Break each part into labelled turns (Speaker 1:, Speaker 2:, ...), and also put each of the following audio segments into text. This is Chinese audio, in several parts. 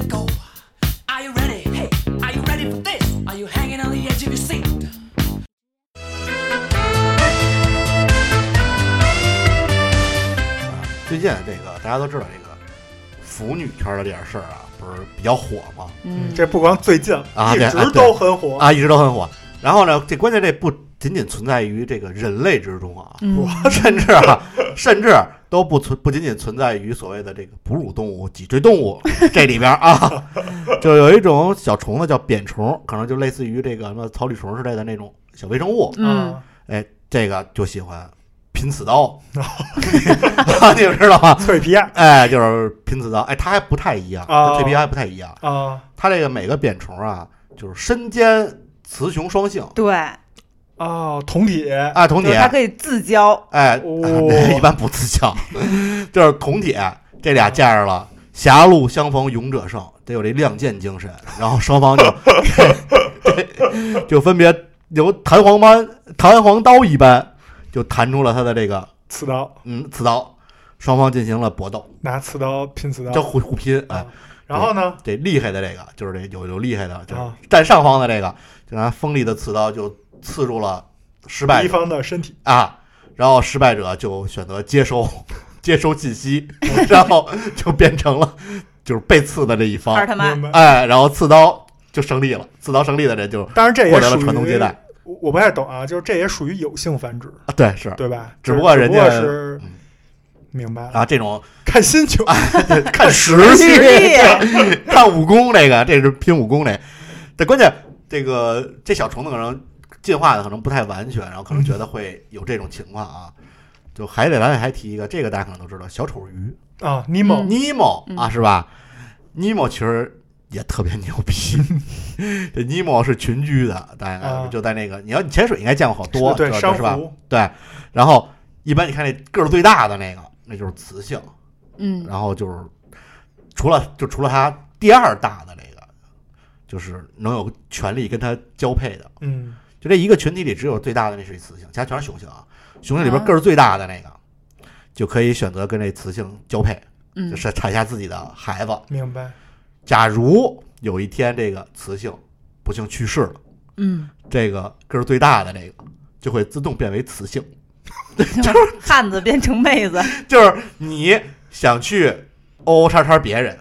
Speaker 1: to go. Are you ready? Hey, are you ready for this? Are you hanging on the edge of your seat?
Speaker 2: 最近啊这个大家都知道，这个腐女圈的这点事儿啊，不是比较火吗？
Speaker 3: 嗯，
Speaker 4: 这不光最近，
Speaker 2: 啊
Speaker 4: 一
Speaker 2: 对啊
Speaker 4: 直都很火。
Speaker 2: 啊，一直都很火。然后呢，这关键这不仅仅存在于这个人类之中啊，
Speaker 3: 嗯
Speaker 2: 甚至啊，甚至都不存不仅仅存在于所谓的这个哺乳动物、脊椎动物 这里边啊， 就有一种小虫子叫扁虫，可能就类似于这个什么草履虫之类的那种小微生物，
Speaker 3: 嗯，
Speaker 4: 啊，
Speaker 2: 哎，这个就喜欢拼刺刀， 你们知道吗？
Speaker 4: 脆皮啊
Speaker 2: 哎，就是拼刺刀，哎，它还不太一样，
Speaker 4: 哦
Speaker 2: 跟脆皮还不太一样，
Speaker 5: 嗯
Speaker 4: 啊
Speaker 2: 它这个每个扁虫啊，就是身兼雌雄双性，
Speaker 5: 对，！
Speaker 4: 哦同体
Speaker 2: 啊，铜
Speaker 5: 就是
Speaker 2: 铁，
Speaker 5: 它可以自交，
Speaker 2: 哎，
Speaker 4: 哦
Speaker 2: 一般不自强，就是铜铁这俩见着了，狭路相逢勇者胜，得有这亮剑精神，然后双方就就分别由弹簧般弹簧刀一般就弹出了他的这个
Speaker 4: 刺刀，
Speaker 2: 嗯刺刀，双方进行了搏斗，
Speaker 4: 拿刺刀拼刺
Speaker 2: 叫
Speaker 4: 刀。
Speaker 2: 互互拼，哎
Speaker 4: 啊，然后呢？
Speaker 2: 这厉害的这个就是这有有厉害的，就是
Speaker 4: 啊
Speaker 2: 占上方的这个，就拿锋利的刺刀就刺入了失败
Speaker 4: 敌
Speaker 2: 者。
Speaker 4: 方的身体
Speaker 2: 啊，然后失败者就选择接收 接收信息， 然后就变成了就是被刺的这一
Speaker 5: 二
Speaker 2: 方，
Speaker 5: 他妈
Speaker 4: 明白。
Speaker 2: 哎，然后刺刀就胜利了，刺刀胜利的人就
Speaker 4: 当然这
Speaker 2: 获
Speaker 4: 也
Speaker 2: 得了
Speaker 4: 属于
Speaker 2: 传宗接代，
Speaker 4: 我我不太懂啊，就是这也属于有性繁殖，
Speaker 2: 啊对是
Speaker 4: 对吧？
Speaker 2: 只不过人家
Speaker 4: 只不过是
Speaker 2: 嗯
Speaker 4: 明白了，
Speaker 2: 啊这啊种
Speaker 4: 看心情。
Speaker 2: 看实
Speaker 5: 实
Speaker 2: 力
Speaker 5: 力，
Speaker 2: 看武功这个这是拼武功这，这关键这个这小虫子可能进化的可能不太完全，然后可能觉得会有这种情况啊。就还得来还提一个，这个大家可能都知道，小丑鱼，
Speaker 4: 啊，尼莫
Speaker 3: 嗯
Speaker 2: 尼莫
Speaker 3: 嗯
Speaker 2: 啊，是吧？尼莫其实也特别牛逼。 这尼莫是群居的，大家
Speaker 4: 啊
Speaker 2: 就在那个，你要你潜水应该见过好多，
Speaker 4: 对
Speaker 2: 知道
Speaker 4: 珊
Speaker 2: 是吧？
Speaker 4: 瑚
Speaker 2: 对。然后一般你看那个儿最大的那个，那就是雌性。
Speaker 3: 嗯，
Speaker 2: 然后就是除了就除了它第二大的那个，就是能有权利跟它交配的，
Speaker 4: 嗯，
Speaker 2: 就这一个群体里只有最大的那是一雌性，其他全是雄性啊。雄性里边个儿最大的那个，就可以选择跟这雌性交配。
Speaker 3: 嗯
Speaker 2: 就是产下自己的孩子。
Speaker 4: 明白。
Speaker 2: 假如有一天这个雌性不幸去世了，
Speaker 3: 嗯，
Speaker 2: 这个个儿最大的这个就会自动变为雌性。
Speaker 5: 汉子变成妹子，
Speaker 2: 就是你想去哦哦叉叉别人，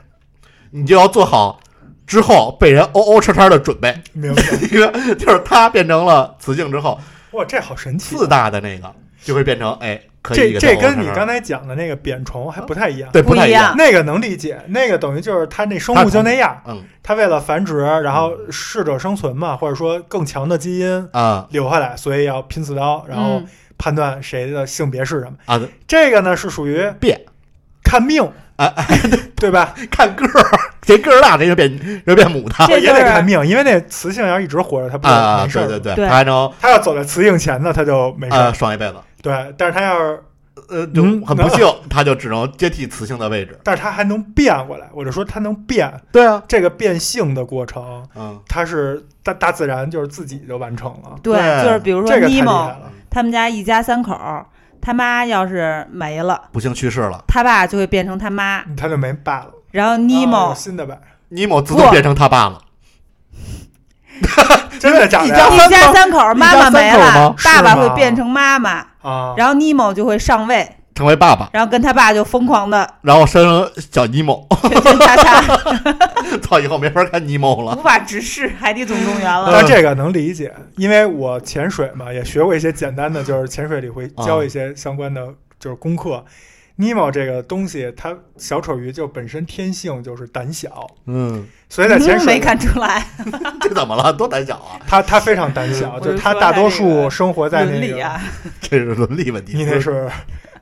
Speaker 2: 你就要做好之后被人哦哦叉叉的准备。
Speaker 4: 明白，
Speaker 2: 因为就是它变成了雌性之后，
Speaker 4: 哇，这好神奇啊！
Speaker 2: 次大的那个就会变成哎，可以
Speaker 4: 这这
Speaker 2: 它哦哦
Speaker 4: 跟你
Speaker 2: 叉叉
Speaker 4: 刚才讲的那个扁虫还不太一样。
Speaker 2: 对不太
Speaker 5: 不一
Speaker 2: 样
Speaker 5: 样。
Speaker 4: 那个能理解，那个等于就是它那生
Speaker 2: 它
Speaker 4: 物就那样，
Speaker 2: 嗯
Speaker 4: 它为了繁殖，然后适者生存嘛，或者说更强的基因
Speaker 2: 啊
Speaker 4: 留下来，所以要拼刺刀，然后
Speaker 3: 嗯
Speaker 4: 判断谁的性别是什么。
Speaker 2: 啊，
Speaker 4: 这个呢是属于
Speaker 2: 变
Speaker 4: 看命
Speaker 2: 啊，
Speaker 4: 对吧？
Speaker 2: 看个儿，谁个儿大谁就变就变母的
Speaker 5: 这
Speaker 4: 也
Speaker 5: 就
Speaker 4: 得看
Speaker 5: 是
Speaker 4: 命，因为那雌性要一直活着，它不
Speaker 2: 啊，
Speaker 4: 没事
Speaker 2: 对
Speaker 4: 儿。
Speaker 2: 对对，
Speaker 5: 对
Speaker 2: 它还能
Speaker 4: 它要走在雌性前呢，它就没事
Speaker 2: 啊
Speaker 4: 儿。
Speaker 2: 爽一辈子。
Speaker 4: 对，但是它要是，
Speaker 2: 呃，就
Speaker 4: 嗯
Speaker 2: 很不幸，他就只能接替雌性的位 置。
Speaker 4: 但是它还能变过来，我就说它能变，
Speaker 2: 对啊，
Speaker 4: 这个变性的过程，
Speaker 2: 嗯，
Speaker 4: 它是大大自然就是自己就完成了，
Speaker 2: 对
Speaker 5: 对，就是比如说
Speaker 4: 这个太
Speaker 5: 尼
Speaker 4: 厉害
Speaker 5: 莫，
Speaker 4: 了。
Speaker 5: 他们家一家三口，他妈要是没了，
Speaker 2: 不幸去世了，
Speaker 5: 他爸就会变成他妈，
Speaker 4: 他就没爸了。
Speaker 5: 然后尼
Speaker 4: 啊有
Speaker 5: 莫
Speaker 4: 新的版，
Speaker 2: 尼莫自动变成他爸了。
Speaker 4: 真的假
Speaker 2: 一
Speaker 4: 的
Speaker 2: 家
Speaker 4: 呀？
Speaker 5: 一家三口，妈妈没
Speaker 2: 一家三口
Speaker 5: 了
Speaker 2: 吗，
Speaker 5: 爸爸
Speaker 4: 是吗
Speaker 5: 会变成妈妈，
Speaker 4: 啊，
Speaker 5: 然后尼莫就会上位，
Speaker 2: 成为爸爸，
Speaker 5: 然后跟他爸就疯 狂的
Speaker 2: 然后生小尼莫，
Speaker 5: 圈圈叉叉，
Speaker 2: 操，以后没法看尼莫了。
Speaker 5: 无法直视海底总动员了。
Speaker 4: 但这个能理解，因为我潜水嘛，也学过一些简单的，就是潜水里会教一些相关的就是功课。尼莫这个东西，它小丑鱼就本身天性就是胆小，
Speaker 2: 嗯，
Speaker 4: 所以在潜
Speaker 5: 嗯
Speaker 4: 水
Speaker 5: 没
Speaker 4: 里
Speaker 5: 看出来，
Speaker 2: 这怎么了？多胆小啊！
Speaker 4: 它它非常胆小，
Speaker 5: 我
Speaker 4: 就是
Speaker 5: 就
Speaker 4: 它
Speaker 5: 说
Speaker 4: 大
Speaker 5: 它
Speaker 4: 多
Speaker 5: 这
Speaker 4: 数
Speaker 5: 个
Speaker 4: 生活在
Speaker 5: 伦
Speaker 4: 那
Speaker 5: 理
Speaker 4: 个，
Speaker 5: 啊，
Speaker 2: 这是伦理问题。
Speaker 4: 你那是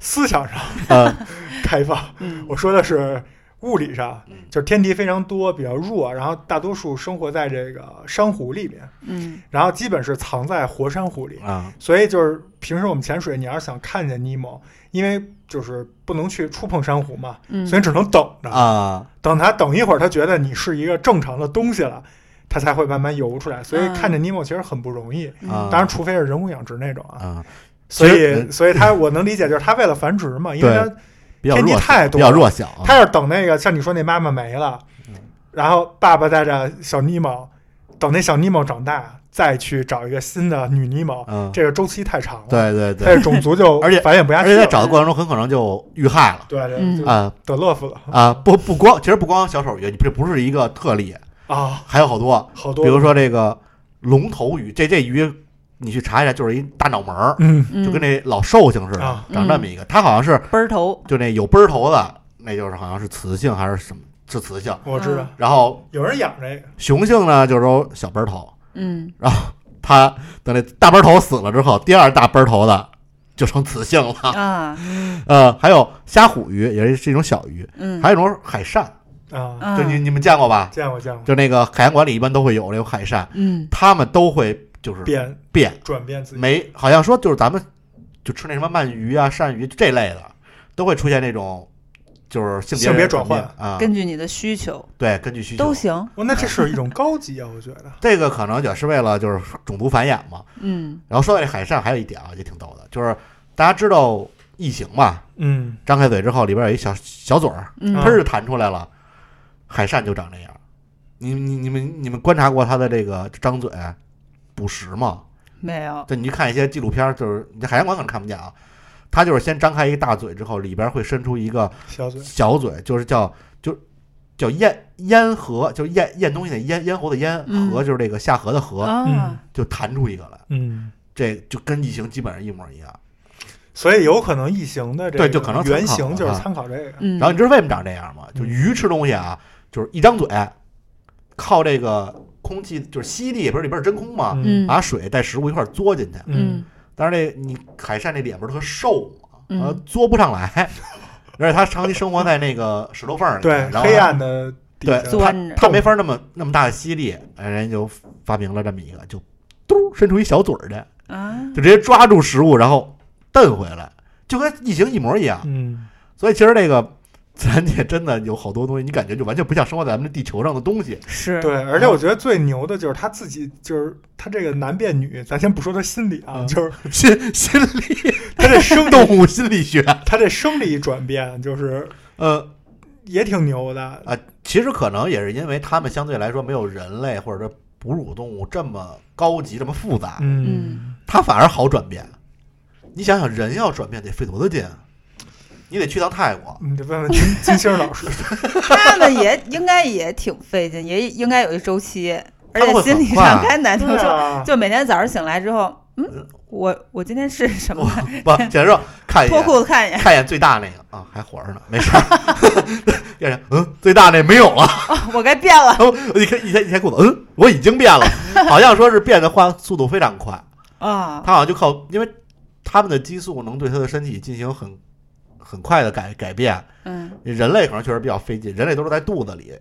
Speaker 4: 思想上
Speaker 2: 啊
Speaker 4: 开放，
Speaker 5: 嗯
Speaker 4: 我说的是物理上
Speaker 2: 嗯
Speaker 4: 就是天敌非常多，比较弱，然后大多数生活在这个珊瑚里面，
Speaker 5: 嗯
Speaker 4: 然后基本是藏在活珊瑚里。
Speaker 2: 啊，
Speaker 4: 所以就是平时我们潜水，你要是想看见尼莫，因为就是不能去触碰珊瑚嘛，
Speaker 5: 嗯，
Speaker 4: 所以只能等着，
Speaker 2: 啊，
Speaker 4: 等它等一会儿，它觉得你是一个正常的东西了，它才会慢慢游出来。所以
Speaker 5: 嗯
Speaker 4: 看见尼莫其实很不容易，
Speaker 5: 嗯
Speaker 2: 啊
Speaker 4: 当然除非是人工养殖那种啊。
Speaker 2: 啊，
Speaker 4: 所
Speaker 2: 其实
Speaker 4: 以，
Speaker 2: 嗯
Speaker 4: 所以它我能理解，就是它为了繁殖嘛，因为它
Speaker 2: 比较
Speaker 4: 天敌
Speaker 2: 弱小，
Speaker 4: 太
Speaker 2: 比
Speaker 4: 多
Speaker 2: 较
Speaker 4: 了
Speaker 2: 弱小啊，嗯
Speaker 4: 他要是等那个像你说那妈妈没了，然后爸爸带着小尼莫，等那小尼莫长大再去找一个新的女尼莫，
Speaker 2: 嗯，
Speaker 4: 这个周期太长了，，
Speaker 2: 对对
Speaker 4: 这
Speaker 2: 对，
Speaker 4: 种族就
Speaker 2: 而且
Speaker 4: 繁衍不下
Speaker 2: 而
Speaker 4: 去
Speaker 2: 且在
Speaker 4: 了，
Speaker 2: 找的过程中很可能就遇害了
Speaker 4: 对对，
Speaker 5: 嗯
Speaker 4: 就
Speaker 2: 啊
Speaker 4: 得乐福了
Speaker 2: 啊，不不光其实不光小丑鱼，这不是一个特例，
Speaker 4: 啊，
Speaker 2: 还有好多，
Speaker 4: 好
Speaker 2: 比
Speaker 4: 多，
Speaker 2: 如说这个龙头鱼，这这鱼你去查一下，就是一大脑门儿，
Speaker 4: 嗯
Speaker 2: 就跟
Speaker 5: 那
Speaker 2: 那老寿星似的，
Speaker 4: 啊
Speaker 2: 长这么一个，它好像是
Speaker 5: 奔儿头，
Speaker 2: 就那有奔儿头的，那就是好像是雌性还是什么是雌性，
Speaker 4: 我知道
Speaker 5: 嗯
Speaker 2: 然后
Speaker 4: 有人养这个，
Speaker 2: 雄性呢就是说小奔儿头，
Speaker 5: 嗯，
Speaker 2: 它等那大奔儿头死了之后，第二大奔儿头的就成雌性了。
Speaker 5: 啊，
Speaker 2: 呃，还有虾虎鱼也是一种小鱼，
Speaker 5: 嗯，
Speaker 2: 还有一种海扇，
Speaker 4: 啊，
Speaker 2: 就你
Speaker 5: 嗯
Speaker 2: 你们见过吧？
Speaker 4: 见过见过，
Speaker 2: 就那个海洋馆里一般都会有那种海扇，
Speaker 5: 嗯
Speaker 2: 它们都会就是
Speaker 4: 变
Speaker 2: 变
Speaker 4: 转变自己，
Speaker 2: 没，好像说就是咱们就吃那什么鳗鱼啊、鳝鱼这类的，都会出现那种就是性别
Speaker 4: 性别转换
Speaker 2: 啊，
Speaker 5: 根据你的需求
Speaker 2: 对，根据需求
Speaker 5: 都行，
Speaker 4: 哦，那这是一种高级啊，我觉 得，
Speaker 2: 这个可能也是为了就是种族繁衍嘛。
Speaker 5: 嗯
Speaker 2: 然后说到这海扇，还有一点啊，也挺逗的，就是大家知道异形嘛，
Speaker 4: 嗯，
Speaker 2: 张开嘴之后里边有一小小嘴儿，
Speaker 5: 嗯
Speaker 2: 喷儿就弹出来了，海扇就长这样。你你你们你们观察过它的这个张嘴捕食吗？
Speaker 5: 没有，
Speaker 2: 就你去看一些纪录片儿，就是你海洋馆可能看不见啊，它就是先张开一个大嘴之后，里边会伸出一个
Speaker 4: 小嘴，
Speaker 2: 小嘴，就是叫就叫咽咽喉，就是咽咽东西的咽，咽喉的咽，
Speaker 5: 嗯
Speaker 2: 河就是这个下河的河，
Speaker 5: 啊，
Speaker 2: 就弹出一个来，
Speaker 4: 嗯。
Speaker 2: 这就跟异形基本上一模一样。
Speaker 4: 所以有可能异形的这个
Speaker 2: 对就可能参考
Speaker 4: 原型就是
Speaker 2: 啊
Speaker 4: 参考这个，
Speaker 5: 嗯，
Speaker 2: 然后你知道为什么长这样吗？就鱼吃东西啊，就是一张嘴，靠这个空气就是吸力，不是里边是真空嘛，
Speaker 5: 嗯
Speaker 2: 把水带食物一块儿嘬进去。
Speaker 5: 嗯
Speaker 2: 但是那你海扇那脸不是特瘦嘛，
Speaker 5: 嗯
Speaker 2: 呃，嘬不上来， 而且它长期生活在那个石头缝儿里，
Speaker 4: 对，
Speaker 2: 然后
Speaker 4: 黑暗的底
Speaker 2: 对
Speaker 4: 下
Speaker 5: 钻着
Speaker 2: 它没法那么那么大的吸力，哎人家就发明了这么一个，就嘟伸出一小嘴儿去，
Speaker 5: 啊，
Speaker 2: 就直接抓住食物，然后蹬回来，就跟异形一模一样。
Speaker 4: 嗯，
Speaker 2: 所以其实这个 自然界真的有好多东西，你感觉就完全不像生活在咱们这地球上的东 西。
Speaker 5: 是，
Speaker 4: 对，而且我觉得最牛的就是他自己，就是他这个男变女，咱先不说他心理啊，
Speaker 2: 嗯
Speaker 4: 就是
Speaker 2: 心心理
Speaker 4: 他这生
Speaker 2: 动
Speaker 4: 理，
Speaker 2: 物心理 学，
Speaker 4: 他这生理转变就是
Speaker 2: 呃，
Speaker 4: 也挺牛的。
Speaker 2: 啊，其实可能也是因为他们相对来说没有人类或者说哺乳动物这么高级、这么复杂，
Speaker 4: 嗯，
Speaker 2: 它反而好转变。你想想，人要转变得费多大劲啊？你得去趟泰国，
Speaker 4: 嗯你得问问金金星老师，
Speaker 5: 他们也应该也挺费劲，也应该有一周期，
Speaker 2: 他
Speaker 5: 而
Speaker 2: 们
Speaker 5: 且
Speaker 2: 会
Speaker 5: 心理
Speaker 2: 很快
Speaker 5: 上该难
Speaker 4: 对
Speaker 5: 承受，
Speaker 4: 啊，
Speaker 5: 就每天早上醒来之后，嗯，我 我今天是什么？
Speaker 2: 不，简直看一
Speaker 5: 脱
Speaker 2: 眼，
Speaker 5: 裤子看一眼，
Speaker 2: 看一眼最大那个啊，还活着呢，没事儿。 第二天，嗯，最大那没有了。
Speaker 5: 我该变 了
Speaker 2: 哦一看一天一天裤子，嗯，我已经变 了，好像说是变得换速度非常快。
Speaker 5: 啊，
Speaker 2: 它好像就靠，因为他们的激素能对它的身体进行很很快的改改变，
Speaker 5: 嗯
Speaker 2: 人类可能确实比较费劲，人类都是在肚子里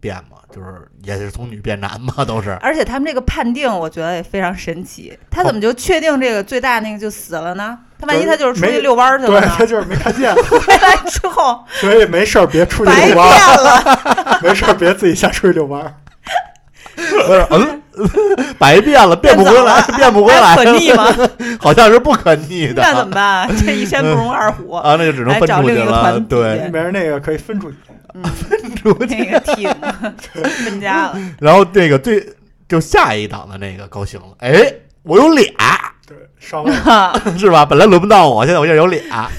Speaker 2: 变嘛，就是也是从女变男嘛，都 是。
Speaker 5: 而且他们这个判定，我觉得也非常神奇。他怎么就确定这个最大那个就死了呢？他万一他就是出去遛弯儿去
Speaker 4: 对
Speaker 5: 了
Speaker 4: 他
Speaker 5: 呢？
Speaker 4: 就是没看见，
Speaker 5: 回来之后
Speaker 4: 所以没事儿别出去
Speaker 5: 白
Speaker 4: 遛
Speaker 5: 变
Speaker 4: 弯儿，
Speaker 5: 了，
Speaker 4: 没事儿别自己瞎出去遛弯儿。
Speaker 2: 不是，嗯， 白变了，变不回来，变不回来，
Speaker 5: 还可逆吗？
Speaker 2: 好像是不可逆的。
Speaker 5: 那怎么办？ 这一山不容二虎，
Speaker 2: 啊，那就只能分出去
Speaker 5: 还找
Speaker 2: 了。
Speaker 5: 另一个团体
Speaker 2: 对，
Speaker 4: 没人那个可以分出去，
Speaker 5: 嗯，那个 team 分家了，
Speaker 2: 然后这个最就下一档的那个高兴了，哎，我有俩，
Speaker 4: 对，上位。
Speaker 2: 是吧？本来轮不到我，现在我这有俩。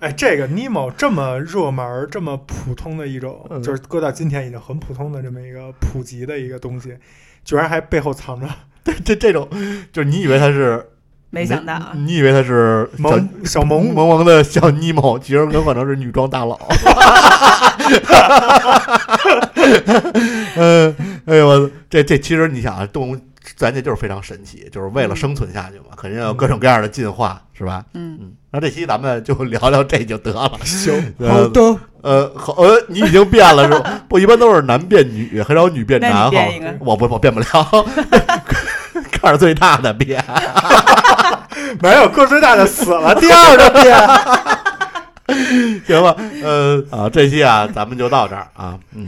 Speaker 4: 哎，这个 Nemo 这么热门儿、这么普通的一种，
Speaker 2: 嗯
Speaker 4: 就是搁到今天已经很普通的这么一个普及的一个东西，居然还背后藏着
Speaker 2: 这这种，就是你以为他是
Speaker 5: 没想到啊，
Speaker 2: 你你以为他是小
Speaker 4: 萌小萌
Speaker 2: 萌萌的小尼莫，其实有可能是女装大佬。 嗯，哎呦我这这其实你想啊，动物咱这就是非常神奇，就是为了生存下去嘛，肯定有各种各样的进化，是吧？
Speaker 5: 嗯，
Speaker 2: 嗯，那这期咱们就聊聊这就得了。
Speaker 4: 行，
Speaker 2: 好
Speaker 4: 的，
Speaker 2: 呃，好，呃，你已经变了是吧？不，一般都是男变女，很少女变
Speaker 5: 那
Speaker 2: 男
Speaker 5: 你
Speaker 2: 哈
Speaker 5: 变一个。
Speaker 2: 我不，我变不了， 看着最大的变。
Speaker 4: 没有，个儿最大的死了，第二个变。
Speaker 2: 行吧，呃啊，这期啊，咱们就到这儿啊，嗯，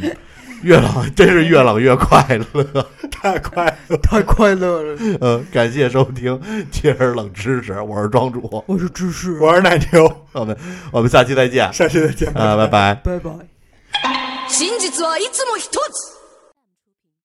Speaker 2: 越冷真是越冷越快乐，
Speaker 4: 太快了，
Speaker 3: 太快乐了。
Speaker 2: 呃，感谢收听《切尔冷知识》，我是庄主，
Speaker 3: 我是芝士，
Speaker 4: 我是奶牛，
Speaker 2: 我们我们下期再见，
Speaker 4: 下期再见。
Speaker 2: 啊，拜拜。
Speaker 3: 拜拜。
Speaker 6: 真実はいつも一つ